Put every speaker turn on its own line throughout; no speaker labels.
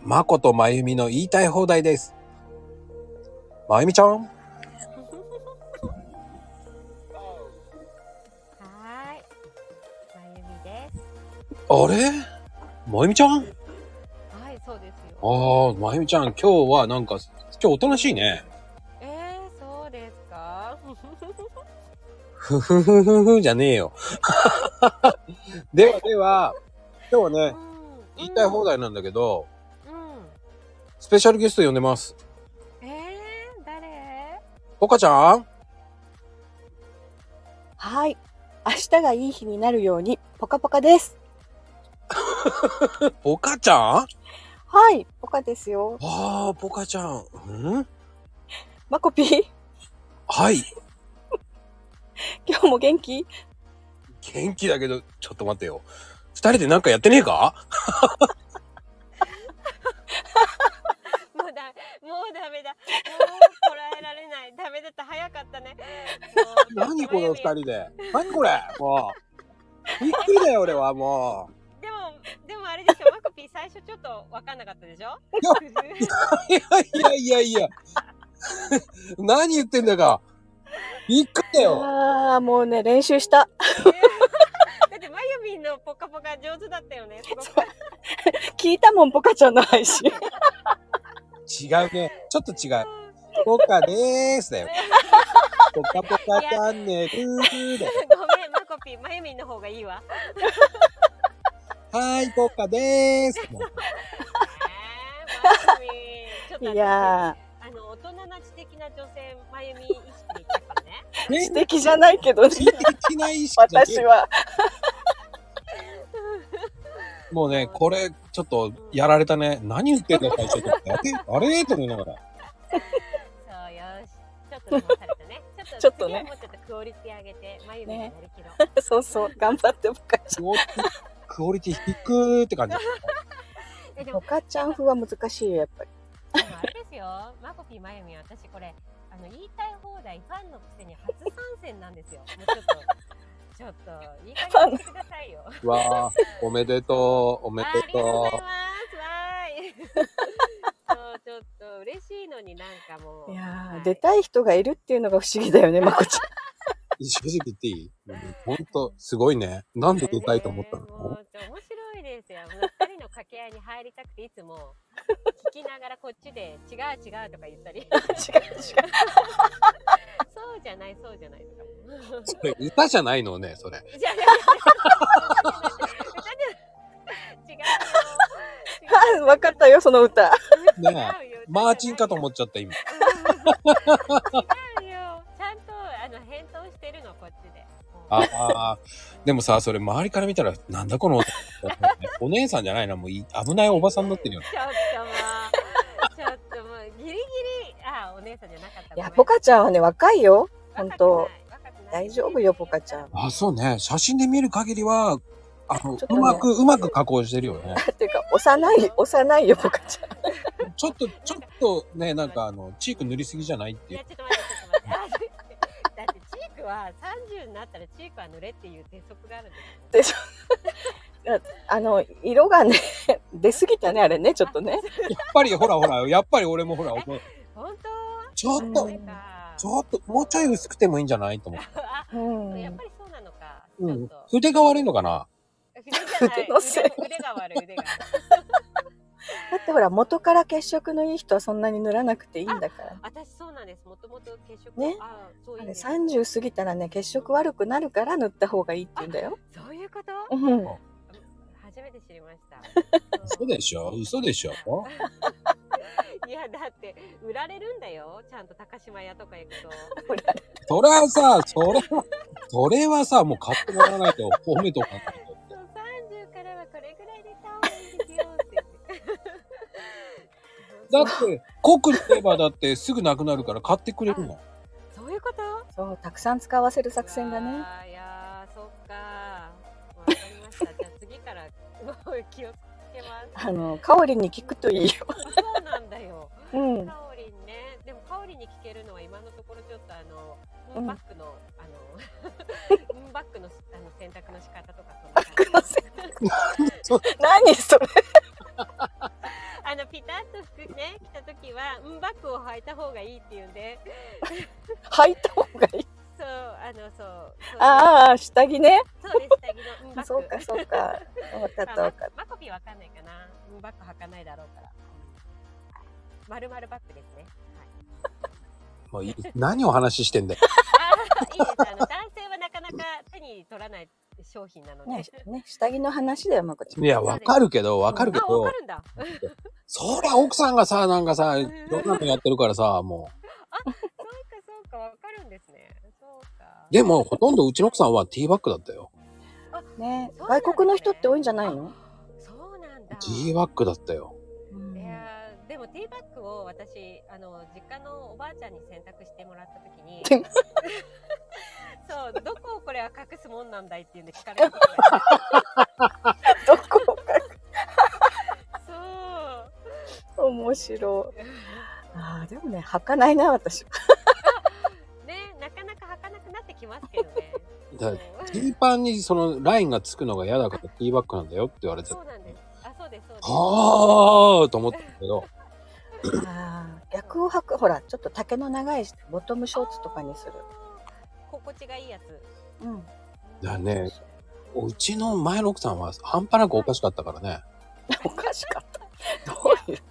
まことまゆみの言いたい放題です。まゆみちゃん
はーい。まゆみです。
あれまゆみちゃん
はい、そうですよ。
ああ、まゆみちゃん、今日はなんか、今日おとなしいね。
えー、そうですか。
ふふふふふじゃねえよ。 ではでは、今日はね、言いたい放題なんだけど、
題。うん。
スペシャルゲスト呼んでます。
えー、誰？
ポカちゃん
はい。明日がいい日になるように、ポカポカです。
ポカちゃんあ
はい。ポカですよ。
あ、ポカちゃん。うん
マコピー、
はい。
今日も元気
元気だけど、ちょっと待ってよ。二人でなんかやってねえか
もうだ、もうダメだ。もうこらえられない。ダメだった。早かったね。もう
何この二。
ま
人
ゆ
で。何これもう。びっくりだよ、俺は、もう。
みでもでもあれでしょ。マコピー最初ちょっとわかんなかったでしょ。
いやいやいやいや。何言ってんだか。びっくりだよ。
ああ、もうね、練習し た。
だってまゆみんのポカポカ上手だったよ ね。すごく
そう聞いたもん、ポカちゃんの配信。
違うね。ちょっと違う。ポカでーすだよ。ポカポカチャンネルだよ。
ごめんマコピーまゆみんの方がいいわ。
はーい、ポカでーす。もう
えーまゆみちょっと
い
私
や
あの大人な知的な女性まゆみ意識でいったからね。
ー、
全
素敵じゃないけどね、
然的な意識じゃね
私は。
えもうね、これ、ちょっと、やられたね。何言ってんだ、会社とって。あれあれと思いながら。
そうよし。ちょっと騙された ね。
ちょっと
次は
ね
もうちょっとクオリティ上げてまゆみがやるけど。
そうそう、頑張って、ポカち
クオリティクオリティ低ーって感じ。
えで
ゃん。
も
ポカちゃん風は難しいよ、やっぱり。
でもあれですよ。 マコピーまゆみん私これあの言いたい放題ファンのくせに初参戦なんですよ。もうちょっと。ちょっと、いい加減にしてくださいよ。
わあ、おめでとう、お
あありがとうございます。わ
めでとう。
ーい。そうちょっと嬉しいのになんかもう。
いや
はい
ー、出たい人がいるっていうのが不思議だよ ね、まこち
正直言っていい本当すごいね。なんで出たいと思った
ねも
の
うちょ面白いですよ。もう二人の掛け合いに入りたくていつも聞きながらこっちで違う違うとか言ったり、
ゃん。違う違う。
そうじゃないそうじゃないとか。
それ歌じゃないのね、それ。
じゃあじゃあ違うよ。違う
あ
よ。
わかったよ、その歌。
ねえ
違うよ
マーチンかと思っちゃった、今。
違うよ。ちゃんとあの返答してるのこっちで。
ああ、でもさ、それ周りから見たら、なんだこの男お姉さんじゃないな、もうい危ないおばさんになってるよね。
ちょっともう、 ちょっともう、ギリギリ、あ、お姉さんじゃなかった。
いや、ポカちゃんはね、若いよ。
ごめん
ほんと、
若くない
大丈夫よ、ポカちゃん。。
あ、そうね。写真で見る限りは、あの、
ちょっと
う
ね
まく、うまく加工してるよね。
っていうか、幼い、幼いよ、ポカちゃん。
ちょっと、ちょっとね、なんかあの、チーク塗りすぎじゃない って
い
い
や
う。、
ちょっと待って、ちょっと待ってあ。だって、チークは30になったらチークは濡れっていう鉄則があるんです
でしょあの、色がね、 出すぎたね、あれね、ちょっとね。
やっぱり、ほらほら、やっぱり俺もほら、
よ。本当
ちょっ
う
と
ん、
ちょっと、もうちょい薄くてもいいんじゃないと思って。
あ
う
やっ
ん
ぱ。りそうなのか。ち
う
ょっ
ん
と。
筆が悪いのかな
腕じゃない
腕のせい
腕腕が悪い、腕が。
だってほら、元から血色のいい人はそんなに塗らなくていいんだから。
私そうなんです。もともと血色。
ね
あ、そうい
あ
うね。
れ30過ぎたらね、血色悪くなるから塗った方がいいって言うんだよ。
そういうこと
うん。
初めて知りました。
嘘でしょ嘘でしょ
いやだって売られるんだよちゃんと高島屋とか行くと
それはさ、それは、それはさ、もう買ってもらわないと、褒めとかないとって
そう30からはこれぐらいでた方がいいですよって言って
だって、濃く塗ればだってすぐなくなるから買ってくれるの。
そういうこと
そう、たくさん使わせる作戦だ
う
ね。
わーいやーそっかわかりましたじゃあ次からもう気をつけます
あの、香りに効くといいよ。
そうなんだよ
うん。
カオリンねでもカオリンに聞けるのは今のところちょっとあのムー
うん
ンバックの、あのムーンバックの あの選択の仕方 とかそんな感じ
何それ
あのピッがいいっていうんで、
履いた方がいい。
そう、あの、そう。そう
ああ、下着ね。
そうです、下着の。んバッグ
そうか、そうか。わかった、わかっ
マコピーわかんないかな。うんバッグ履かないだろうから。まるまるバッグですね。はい、
もういい何を話してん だよ。
あーいいです。 あの男性はなかなか手に取らない商品なの
た。
で。
ね、ね、下着の話だよ、まこちゃん。
いや、わかるけど、わかるけ
あ、わ
ど
か、るんだ。
そりゃ奥さんがさ、なんかさ、いろんなのやってるからさ、も
そうかそうかわかるんですね。そうか。
う。でも、ほとんどうちの奥さんはティーバッグだったよ。
ね、
そうなんだね
外国の人って多いんじゃないの。
そうなんだ。
ティーバッグだったよ。
うん
いやーでもティーバッグを私あの実家のおばあちゃんに洗濯してもらった時にそうどこをこれは隠すもんなんだいっていうんで聞かれたことがある
どこか。
そう
面白い。ああ、でもね、履かないな、私。
ねなかなか履かなくなってきますけどね
だ
そう
ティーパンにそのラインがつくのが嫌だからティーバッグなんだよって言われて、
そうなんですあそうですそうです
はあと思ったけど、
ああ、逆を履く、ほら、ちょっと丈の長いボトムショーツとかにする。
心地がいいやつ
うん。
だね。うちの前の奥さんは半端なくおかしかったからね。
おかしか った。どういう。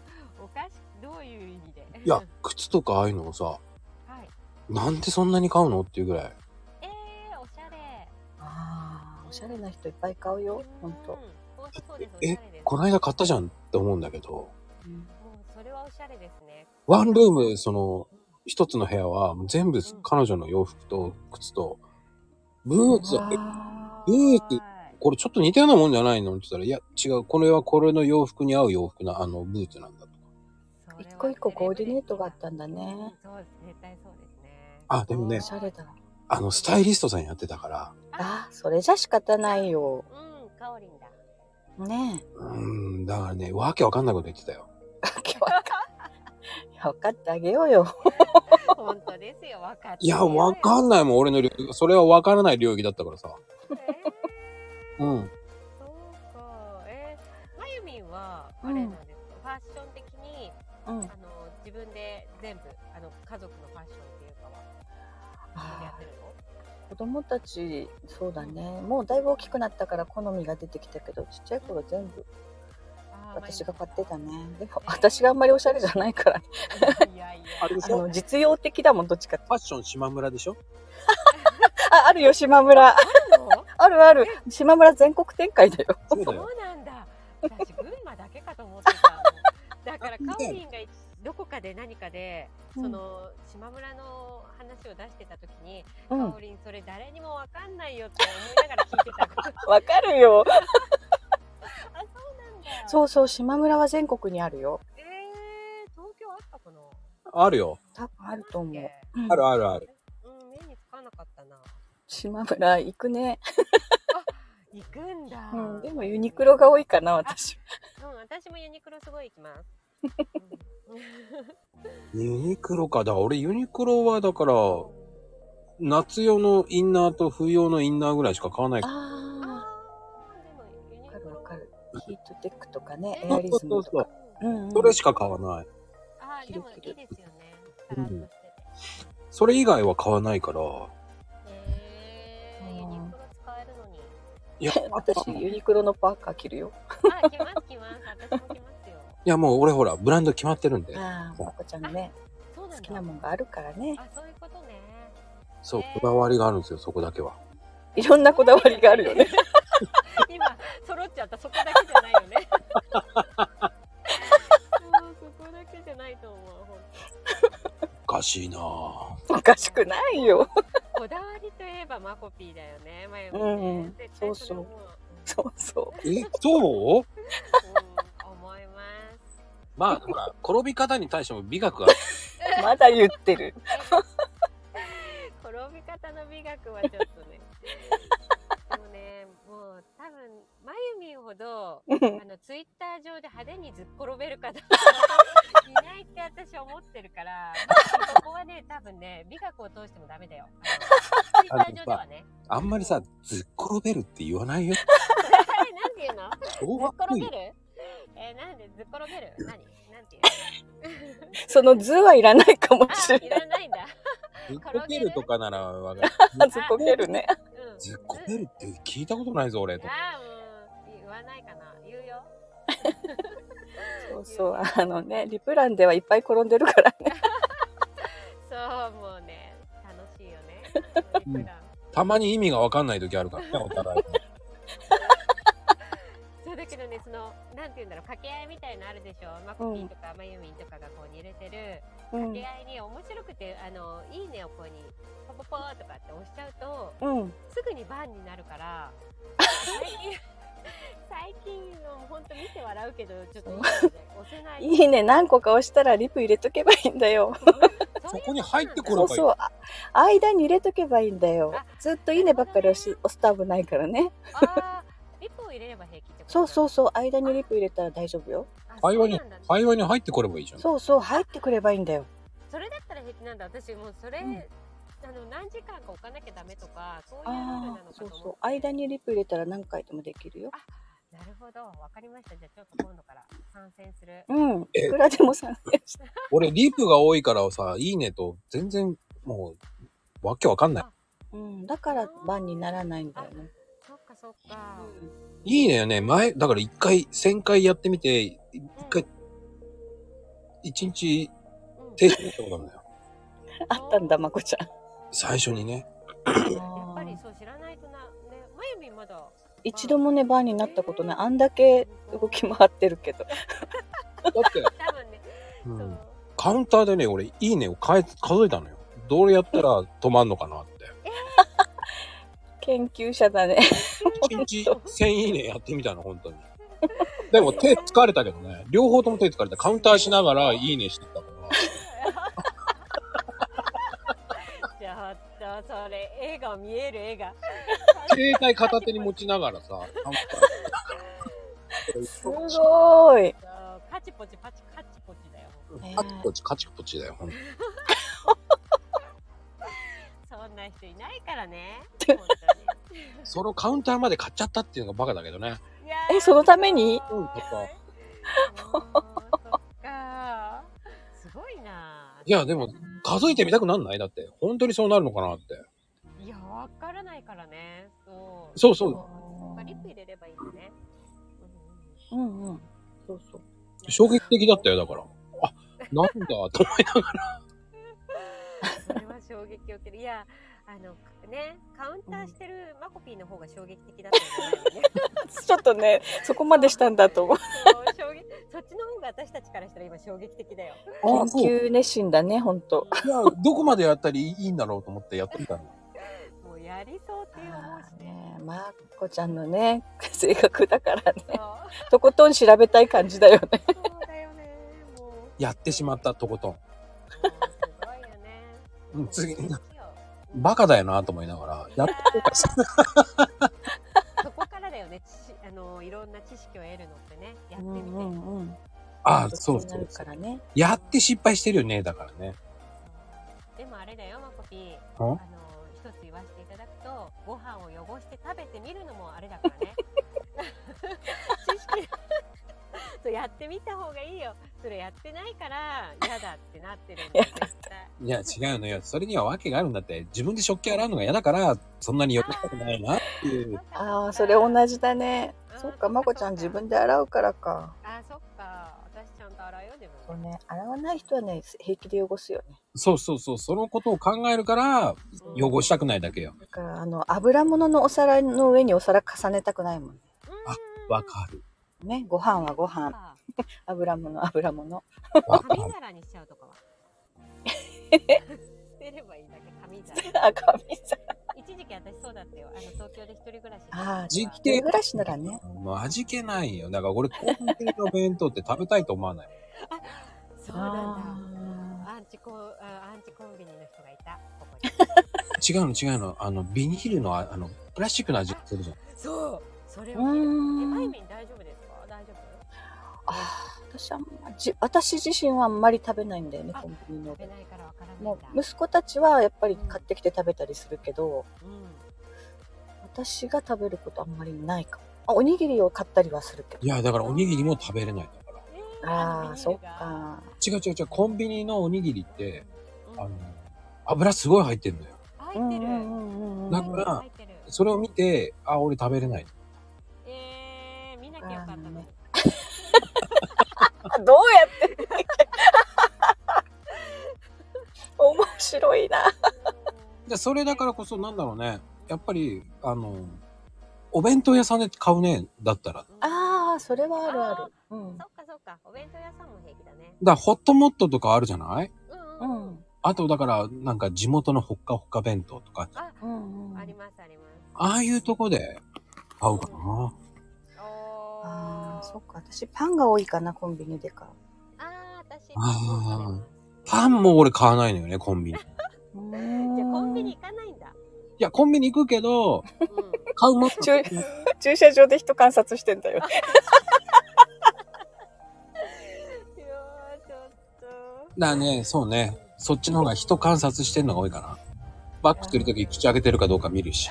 おかしどういう意味で
いや、靴とかああいうのをさ、
はい
なんでそんなに買うのっていうぐらい。
えー、おしゃれ
ああ、おしゃれな人いっぱい買うよ、本
うん
当。
本当そうですお
え
しゃれです
この間買ったじゃんって思うんだけど、
もうそれはおしゃれですね
ワンルーム、その、一つの部屋は全部彼女の洋服と靴と、ブーツだけ。
あ
ブーツ、
はい
これちょっと似たようなもんじゃないのって言ったら、いや、違う、これはこれの洋服に合う洋服な、あの、ブーツなんだと。
それは
一個一個コーディネートがあったんだね。
そうです絶対そうですね
あ、でもね
お、しゃれだ。
あの、スタイリストさんやってたから、
ああ、それじゃ仕方ないよ。
うんカオリ ンだ
ね
うーん、だからね、わけわかんないこと言ってたよ。
え。分かってあげようよ。
本当ですよ分かって
いや、わか
ん
んないもん、俺の領域。それはわからない領域だったからさ。
えー、
うん。
そうかえー、まゆみんはあれなんですか、ファッション的に
うん。
あの自分で全部あの家族のファッションっていうかは自分でやってるの
子供たち、そうだね。もうだいぶ大きくなったから好みが出てきたけど、ちっちゃい頃全部
あー
私が買ってたね。で
え
も私があんまりおしゃれじゃないから、
いやいや
あれで
あ
しょ
の、実用的だもん、どっちかって。
ファッション島村でしょ
あ、あるよ、島村。
あるの
あるある。島村全国展開だよ。
そうだ
そう
よ。
なんだ。私群馬だけかと思ってた。だ からカオリンがどこかで何かで、
うん
その島村の話を出してた時に、
うん
カオ。リンそれ誰にもわかんないよって思いながら聞いてた。
わかるよ。
あ、そうなんだ。。
そううそう、島村は全国にあるよ。
えー、東京あったかな。
あるよ。
多分あると思う。
あるあるある。
うん、目につかなかったな。
島村行くね。
行くんだ。
うん、でもユニクロが多いかな、私。
うん、私もユニクロすごい行きます。
ユニクロか。だから俺ユニクロはだから、夏用のインナーと冬用のインナーぐらいしか買わない。
うん
あ
あー、でもユニ
あ、わ
クロ
かるわかる。ヒートテックとかね、エ
え
アリズム
そ
と
うそう
か。うんうん
それしか買わない。
あーでもいいですよね。
キルキルう
さらっと
ん
してて。
それ以外は買わないから。
えー、ユニクロ使えるのに。
いや、あった
私、ユニクロのパーカー着るよ。
あ、来ます来ます。私も来ますよ。
いやもう俺ほら、ブランド決まってるんで。
ああ、まこちゃんね、
そうなんだ。
好きなもんがあるからね。
あ、そういうことね。
そう
へ、ー
こだわりがあるんですよ、そこだけは。
いろんなこだわりがあるよね。。
今揃っちゃった。そこだけじゃないよね。もうそこだけじゃないと思う。ほん
おかしいなぁ。
おかしくないよ。
とこだわりといえばマコピーだよね。まゆみ
うんうん
ね絶対れはも
そうそ
え、そう
うん思います。
まあ、ほら、転び方に対しても美学がある。
う。まだ言ってる。
転び方の美学はちょっとねでもねもう多分まゆみんほどあのツイッター上で派手にずっ転べる方いないって私は思ってるから、まあ、ここはね多分ね美学を通してもダメだよあのツイッター上ではね
あんまりさ、ずっ転べるって言わないよ。
あれなんていうの
小
ず
学
っ
校
転べるえーなんでずっ転べる何なんていう
その図はいらないかもし
あ、
れ
いらないんだ。
ずっこけるとかならわ かる。
ない。ずっこけるね。
うん。
ずっこけるって聞いたことないぞ、俺。と
ああ、もう、言わないかな。言うよ。
そうそう、あのね、リプランではいっぱい転んでるからね。
そう、もうね、楽しいよね。
うん
リプラン
たまに意味がわかんない時あるから ね、お互い。
そうだけどね、その、なんて言うんだろう、掛け合いみたいのあるでしょ。マコピーとか、まゆみんとかがこうに入れてる。
う
掛
ん
け。合いに面白くて、あの、いいねをこうに、ポポポーとかって押しちゃうと、
うん。
すぐにバンになるから、最近、最近の本当見て笑うけど、ちょっといいね押せない。
いいね、何個か押したらリプ入れとけばいいんだよ。
そう
そ
いう
こに
とな
入
ん
っ
だ
てく
そ
れ
う
ばい
そう。あ間に入れとけばいいんだよ
あ。
ずっといいねばっかり押し押すと危ないからね。
ああ、リプを入れれば平気ってこと。
そうそううそう、間にリプ入れたら大丈夫よ。
あ
会話に
そうなんだ、
会話に入ってくればいいじゃん。
そうそう、入ってくればいいんだよ。
それだったら平気なんだ。私もうそれ、
うん
あの何時間か置かなきゃダメとか、そういうルール
あ
なの
あ、
かと
そ
思
う
って
そう。間にリプ入れたら何回でもできるよ。
なるほど、わかりました。じゃあちょっと今度から参戦する。
うん。
え
いくらでも参戦して。
俺、リープが多いからさ、いいねと、全然、もう、わけわかんない。
うん。だから番にならないんだよね。
そっかそっか。
いいねよね。前、だから一回、1000回やってみて、一回、一日
うん
停止になったことあるんだよ。
あったんだ、まこちゃん。
最初にね。
やっぱりそう知らないとな、ね、まゆみんまだ。
一度もね、バーになったことない。あんだけ動き回ってるけど。
だって、
多分ね、
う
そ
ん
う。
カウンターでね、俺、いいねを変え、数えたのよ。どうやったら止まんのかなって。
研究者だね。
一日1000いいねやってみたの、本当に。でも手疲れたけどね。両方とも手疲れた。カウンターしながらいいねしてたから。
ちょっとそれ絵が見える絵が。
携帯片手に持ちながらさ、カウンター。
すごーい。
そうカチポチパチカチポチだよ。
カチコチカチコチだよ、ほんと
そんな人いないから ね。
そのカウンターまで買っちゃったっていうのがバカだけどね。
えそのために
うんパパ
そっか。すごいな。
いや、でも、数えてみたくなんないだって。本当にそうなるのかなって。
いや、わからないからね。そう。
そうそう
やっぱリップ入れればいいんだね。うん
うんうん。そうそう。
うん
衝撃的だったよ、だから。あ、なん だ、と思いながら。
それは衝撃を受ける。いや、あの、ね、カウンターしてるマコピーの方が衝撃的だったんじゃないのね。
ちょっとね、そこまでしたんだと思う。
そう衝撃そっちの方が私たちからしたら今衝撃的だよ。
あ、そう。い
研究熱心だね、ほんと。
や、どこまでやったらいいんだろうと思ってやってみたの。
もうやりそうって思うし ね。
ねえ、まこちゃんのね、性格だからね
そう、
とことん調べたい感じだよね。
そうだよね。もう。
やってしまった、とことん。
もうすごいよね。
うん次に
うん
バカだよな、と思いながら。やっ
そこからだよね。知あのいろんな知識を得るのってね、やってみて。
うん。
あ、 そうそ
なる
う
か
そう。
らね。
やって失敗してるよね、だから ね。
でもあれだよ、マコピー。あ
ん
の一つ言わせていただくと、ご飯を汚して食べてみるのもあれだか らね。知識。そうやってみた方がいいよ。それやってないから嫌だってなってるんだよ。絶対
いや、違うのよ。それには訳があるんだって。自分で食器洗うのが嫌だから、そんなに汚したくないなって いう。
ああ、それ同。じだね。そっか、まこちゃん自分で洗うからか。
あー、そっか。私ちゃんと洗うよ自
そう
分で。
ね、洗わない人はね、平気で汚すよね。
そうそうそう。そのことを考えるから、汚したくないだけよ。
だから、あの、油物のお皿の上にお皿重ねたくないもんね。
あわかる。
ね、ご飯はご飯、
か。
油物、油物。
わかる
紙。皿にしちゃうとかは。 捨てればいいだけ紙皿。
あ、神様。
一時期私そうだったよ。あの東京で一人暮らし。
ああ、
時
実
期
験暮らしならね。
もう味気ないよ。だから俺、コンビニの弁当って食べたいと思わない。
そうなん
あ
だ。アンチコあアンチコンビニの人がいた。ここ に。
違うの違うの。あの、ビニールの、ああの、プラスチックの味がするじゃん。
そう。それ
ー
を聞いた。えマイ
うーん
ミン大丈夫ですか？大丈夫？
あー私はあんまじ私自身はあんまり食べないんだよねコンビニの
食べないからわからないんだ。
もう息子たちはやっぱり買ってきて食べたりするけど
うん。
私が食べることあんまりないかもあおにぎりを買ったりはするけど
いや、だからおにぎりも食べれないだから。
え
ああ、そっか。
違う違う違う、コンビニのおにぎりって、
うん
あの、油すごい入ってんだよ。
入
う
っ
んう
て
ん
る。
うんうん
だから
入ってる
それを見て、あ、俺食べれない。
えー、見なきゃよかったのに。
どうやっ て見て面白いな。
で、それだからこそなんだろうね。やっぱり、あの、お弁当屋さんで買うね、だったら。だか
ああ、それはあるある。う
うん
ん
そ。っかそっか、お弁当屋さんも平気だね。
ら、ホットモットとかあるじゃない
うん
う
うん、うん
ん。
あと、だから、なんか地元のほっかほっか弁当とか、
あ、
うんうん
ありますあります。
ああいうとこで買うかな。
おー
ああ、そっか。私、パンが多いかな、コンビニで買う。
あー、私。
あパンも俺買わないのよね、コンビニ。い
じ
じ
ゃあコンビニ行かないんだ。
や、コンビニ行くけど、
うん
買うもん。
駐駐車場で人観察してんだ
い
よ。
やーちょっと。
だね、そうね。そっちの方が人観察してんのが多いかな。バックするとき口開けてるかどうか見るし。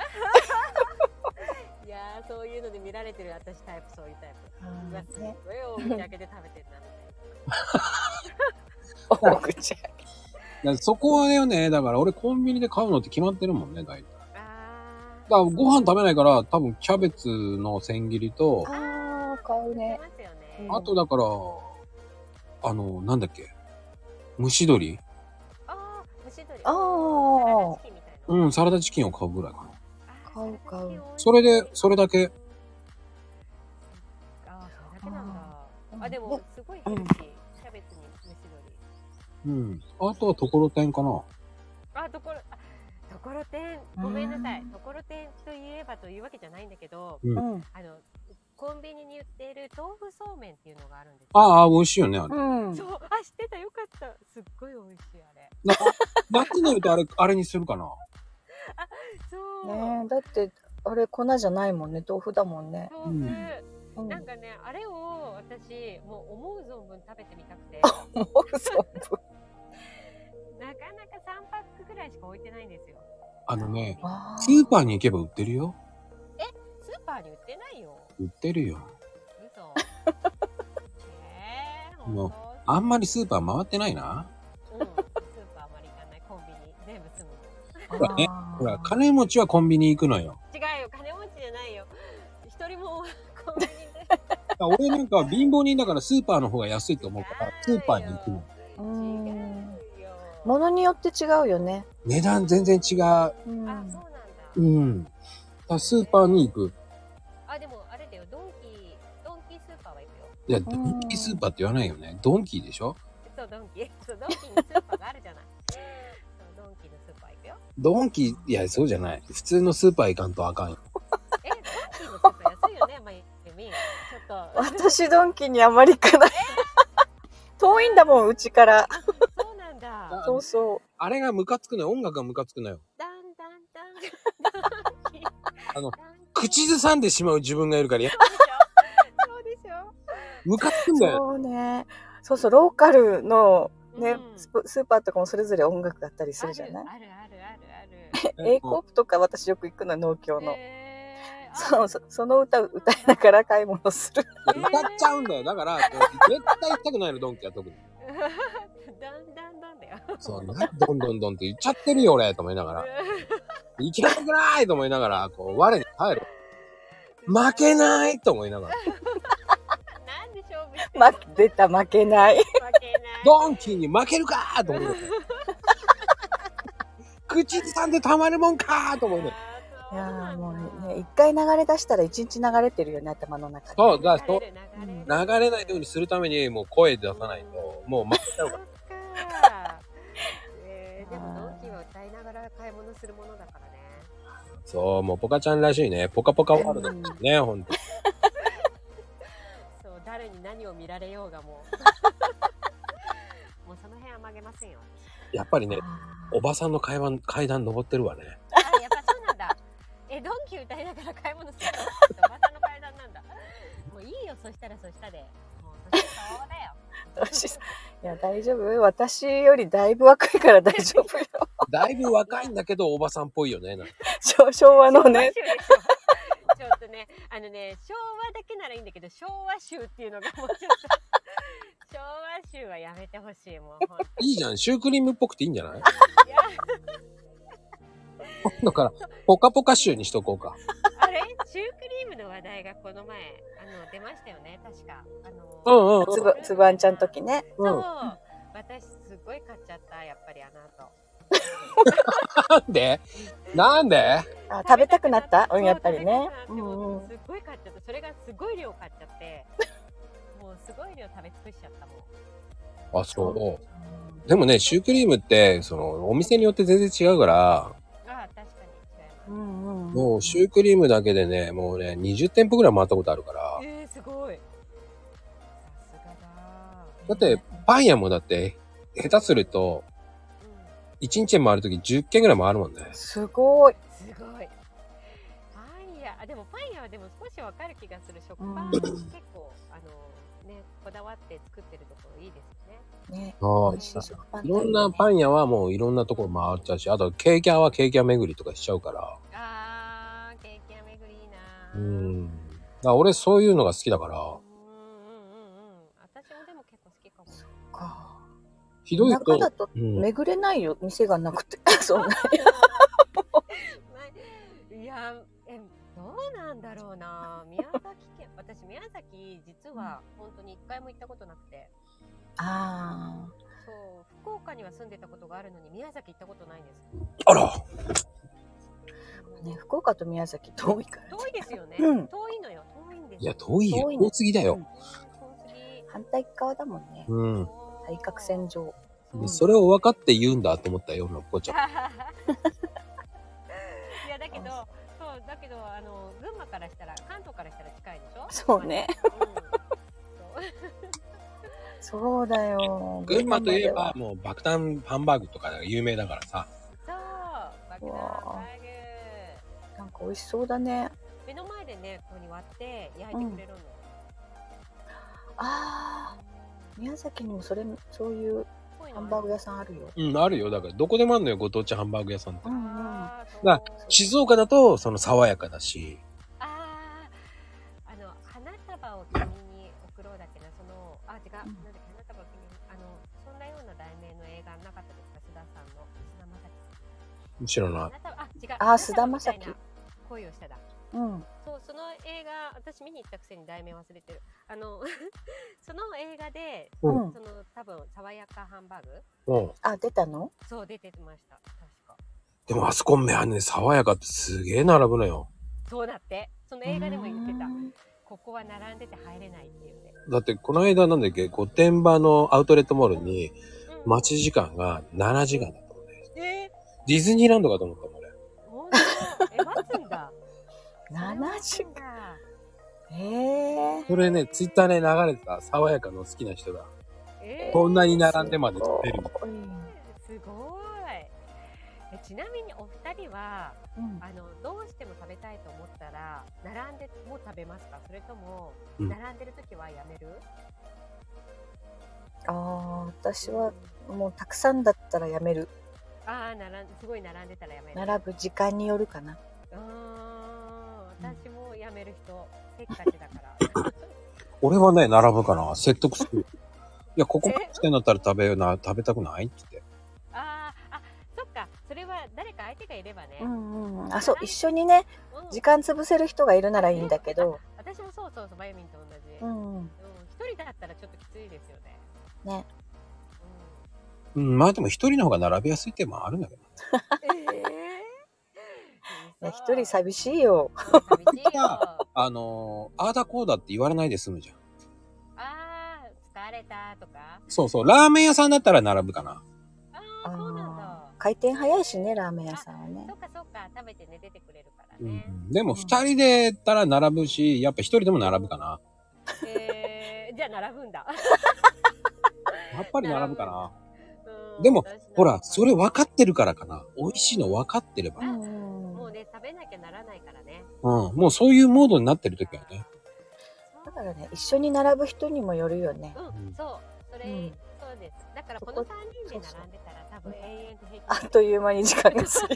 いやーそういうので見られてる私タイプそういうタイプ。うわ
あ
す
ーね
ごいお口開けて食べてるなみ
お口開け
だからそこはね、だから俺コンビニで買うのって決まってるもんね、大体。
たいな。あ
だからご飯食べないから、多分キャベツの千切りと、
ああ、買う
ー。
ね
出。ますよね。
うん
あとだから、あの、なんだっけ。蒸し鶏
あー蒸し鶏。
あー
サラダチキンみたいな
うん、サラダチキンを買うぐらいかな。
あー
買う買
サラダ
う
チキン美味しい
それで、それだけ。
あーそれだけなんだ。
うん
あでもすごいヘルシー。キャベツに蒸し鶏。
うん。あとはところてんかな。
あところあところてんごめんなさい
うん
ところてんといえばというわけじゃないんだけど
うん。
あのコンビニに売っている豆腐そうめんっていうのがあるんですよ
ああ、美味しいよね、あれ。
うん。
そうあ知ってたよかったすっごい美味しいあれ
な夏になるとあれ、あれにするかな。
そう、
ねえだって、あれ粉じゃないもんね。豆腐だもんね。
豆腐、
うん。
なんかねあれを私もう思う存分食べてみたくて
豆腐そ
なかなか3パックぐらいしか置いてないんですよ
あのね、
あ
スーパーに行けば売ってるよ。
スーパーに売ってないよ
売ってるよ。
嘘えー、
もう
本当
あんまりスーパー回ってないな。
うん、スーパーあまり行かないコンビニ全部住むの
ー
ほらね
あー
ほら、金持ちはコンビニ行くのよ。
違うよ金持ちじゃないよ一人も コンビニで
だから俺なんかは貧乏人だからスーパーの方が安いと思うから、スーパーに行くの。
う
違
ん
うよ
物によって違うよね。
値段全然違
う
あそ
ん。
うなんだ、
う。うん。だからスーパーに行く。
あでもあれだよドンキドンキスーパーは行くよ
いや、ドンキスーパーって言わないよね。ドンキでしょ
そうドンキそうドンキにスー パーがあるじゃないそうドンキのスーパー行くよ
ドンキ、いや、そうじゃない。普通のスーパー行かんとあかんよ。
えドンキのスーパー安いよねまゆみちょっと
私、ドンキにあまり行かない。 遠いんだもん、うちから。
そうなんだ
そうそう。
あれがムカつくのよ。音楽がムカつくのよ。
だんだんだんドンキ
あの
ドンキ
口ずさんでしまう自分がいるから、いや、
そうでしょ
ムカつくんだよ。
そうね。そうそう、ローカルの
そうでしょ
ね、
うん
スプスーパーとかもそれぞれ音楽だったりするじゃない
あるあるあるある
ある
A コープとか私よく行くの、農協
ある。
の。
えー
そうそその歌を歌いながら買い物する。
いや歌っちゃうんだよ。だから、絶対行きたくないの、ドンキは特に。
だんだんだんだよ。
そう、なんどんどんどんって言っちゃってるよ、俺、と思いながら。いけなくないと思いながら、こう、我に帰る。負け
い。
ないと思いな がら。
なんで勝負してんの
ま、出た、負けない。
負けない。
ドンキーに負けるかと思い ながら。口ずさんでたまるもんかと思いながら。
いやーもうね、一回流れ出したら一日流れてるよね、頭の中で。
そう、だからそう、
流
流れないようにするために、もう声出さないと、もう負けちゃう
そ
か
っ
ら。
か。えーでもドンキは歌いながら買い物するものだからね。
そう、もうポカちゃんらしいね。ポカポカワールドですね、ほんと。
そう、誰に何を見られようがもう。 もうその辺は曲げませんよ。
やっぱりね、おばさんの階段、階段登ってるわね。
あ、やっぱそうなんだ。え、ドンキ歌いながら買い物するのおばさんの階段なんだ。もういいよ、そしたらそしたで。もう年相応だよ。
私いや、大丈夫私よりだいぶ若いから大丈夫よ。
だいぶ若いんだけど、おばさんっぽいよね。なんか
昭昭和のね。
昭和州でしょちょっとね、あのね、昭和だけならいいんだけど、昭和州っていうのがもうちょっと。 昭和集はやめてほしい、もう。ほんと
いいじゃん。シュークリームっぽくていいんじゃない
いや、
今度から、ポカポカシューにしとこうか。
あれシュークリームの話題がこの前、あの、出ましたよね、確か。あの、
うんうん
つぶ、つぶあんちゃん時ね。
そうう、
ん。
私すっごい買っちゃった、やっぱりあの後。
なんでなんで
あ、食べたくなったうん、やっぱりね。
う
うんんうん。
すっごい買っちゃった。それがすごい量買っちゃって、もうすごい量食べ尽くしちゃったもん。
あ、そう。でもね、シュークリームって、その、お店によって全然違うから、
ああ、確かに違います。
うんうん。
もうシュークリームだけでね、もうね、20店舗ぐらい回ったことあるから、
えー、すごい。さすがだ。
だって、パン屋もだって、下手すると、
うん
1日回るとき10件ぐらい回るもんね。
すごい。
すごい。パン屋、あでもパン屋はでも少しわかる気がする。食パ
う
ン
ん
結構、あのねこだわって作ってるところいいですね。
ね。
ああ、いろんなパン屋はもういろんなところ回っちゃうし、あとケーキ屋はケーキ屋巡りとかしちゃうから。
あー、ケーキ屋巡りいいな
う
ー。うん
ん。だから俺そういうのが好きだから、
うんうんうん。私もでも結構好きかも。
か。
ひどい
中
と
だ、と
うん、
巡れないよ、店がなくて。 そんな。
いやえどうなんだろうな宮崎県 私宮崎実は本当に一回も行ったことなくて
ああ。
そう福岡には住んでたことがあるのに宮崎行ったことないんです
あら
ね、福岡と宮崎遠いから、ね。
遠いですよね、
うん
遠いのよ遠いんです
いや、遠いよ
遠。いね
遠すぎだよ。
反対側だもんね。
うん。
対角線上。
でそれを分か って言うんだと思ったよ、のっこち
い
ゃん。
やだけどそうだけどあの群馬からしたら関東からしたら近いでしょ
そうね、
うん
そうだよ。
群馬といえば
群
も
馬では。
う爆弾ハンバーグとかが有名だからさ。
そう爆弾ハンバーグ
なんか美味しそうだね。
目の前でねここに割って焼いてくれるの、
ああ。宮崎にもそれ、そういう
こういうの
ハンバーグ屋さんあるよ。
うん、あるよ。だからどこでもあるのよ、ご当地ハンバーグ屋さんって。
うんうん。
ある
だ
そう
静岡だと、その爽やかだし。
あああの花束を君に送ろうだっけなそのあ違う、
うん
なんだっけ花束を君にあのそんなような題名の映画なかったですか須田さんの菅田将暉
知らない。
花束あ違う
あー菅田将暉
花束みたいな恋をしただ
うん。
そうその映画私見に行ったくせに題名忘れてるあの その映画で
う
うんん。
その多分爽やかハンバーグ
うん。
あ、出たの
そう出てました確か
でもあそこめあね、爽やかってすげえ並ぶのよ。
そうだってその映画でも言ってた
うん
ここは並んでて入れないっていうね、
だってこの間なんだっけ、御殿場のアウトレットモールに
うん、
待ち時間が7時間だったのね。
えー
ディズニーランドかと思ったもん俺。
本当え待つん だ
7時間。
間
ええ
それね、ツイッターで流れてた爽やかの好きな人が、
え
こんなに並んでまで撮れる。
すごいえちなみにお二人は
うん、
あのどうしても食べたいと思ったら並んでもう食べますかそれとも
うん
並んでる時はやめる、
ああ私はもうたくさんだったらやめる
ああ並んすごい並んでたらやめる
並ぶ時間によるかな
うーん私もやめる人せっかちだから
俺はね、並ぶから説得す る。いや、ここまで来てんだったら食べような、食べたくないって言って。
あーあそっかそれは誰か相手がいればね、
んうんあそう一緒にね
うん
時間潰せる人がいるならいいんだけど
私もそうそうそうまゆみんと同じ、
う
うん、
んうん
一人だったらちょっときついですよね
ね、
うん、まあでも一人の方が並びやすいってもあるんだけど。
うん、ええ
ね一人寂しいよ
寂しいよあ
あのー、あーだこうだって言われないで済むじゃん。
あー疲れたとか
そうそう、ラーメン屋さんだったら並ぶかな。
ああそうなんだ
あー回転早いしねラーメン屋さんはね
そっかそっか食べてね出てくれるから
うんう
ね、
ん、でも二人でやったら並ぶし、やっぱ一人でも並ぶかな。
えー、じゃあ並ぶんだ
やっぱり並ぶかな。
うん
でも
私並ぶ
ほら、それ分かってるからかな。美味しいの分かってれば
う。ん
も
う
うんね食べなきゃならないからね
うん、もうそういうモードになってる時はね。
だからね一緒に並ぶ人にもよるよね
うんそうそれ、
うん
そうですだからこ
そ
の
こ
三人で
そうそう
並んでたら多分永遠と平
あ
気
っという間に時間が過ぎる
そう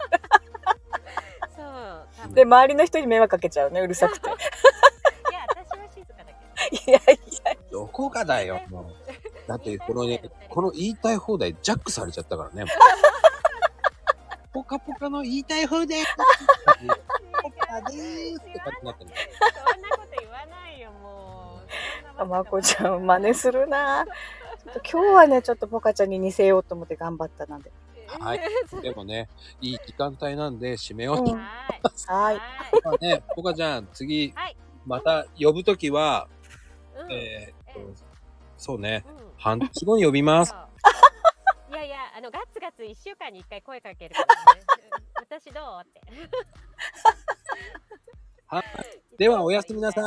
多分
で周りの人に迷惑かけちゃうねうるさ くて
いや私は静かだけど
いやいや
どこがだよ、もう。だってこのね
言いたい放題の二人、
この言いたい放題ジャックされちゃったから ね。ポカポカの言いたい放題。ポカでーすって感じになってる。
そんなこと言わないよ、もう。
あまこちゃん、真似するなぁちょっと今日はね、ちょっとポカちゃんに似せようと思って頑張ったなんで。
はい。でもね、いい時間帯なんで締めよう
う
と
ん。はい。
まあね、ポカちゃん、次、
はい
また呼ぶときは、
うん
えーっと
うん
そうね、
うん
半年後に呼びます
そ。ういやいや、あのガツガツ一週間に一回声かけるからね。うん私どうって。
はいでは、おやすみなさ
い。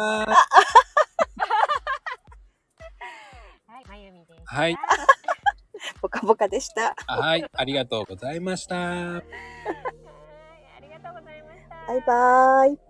ーい。
はい、まゆみです。
はい
ポカポカでした。
はい、ありがとうございました。
はいありがとうございました。
バイバーイ。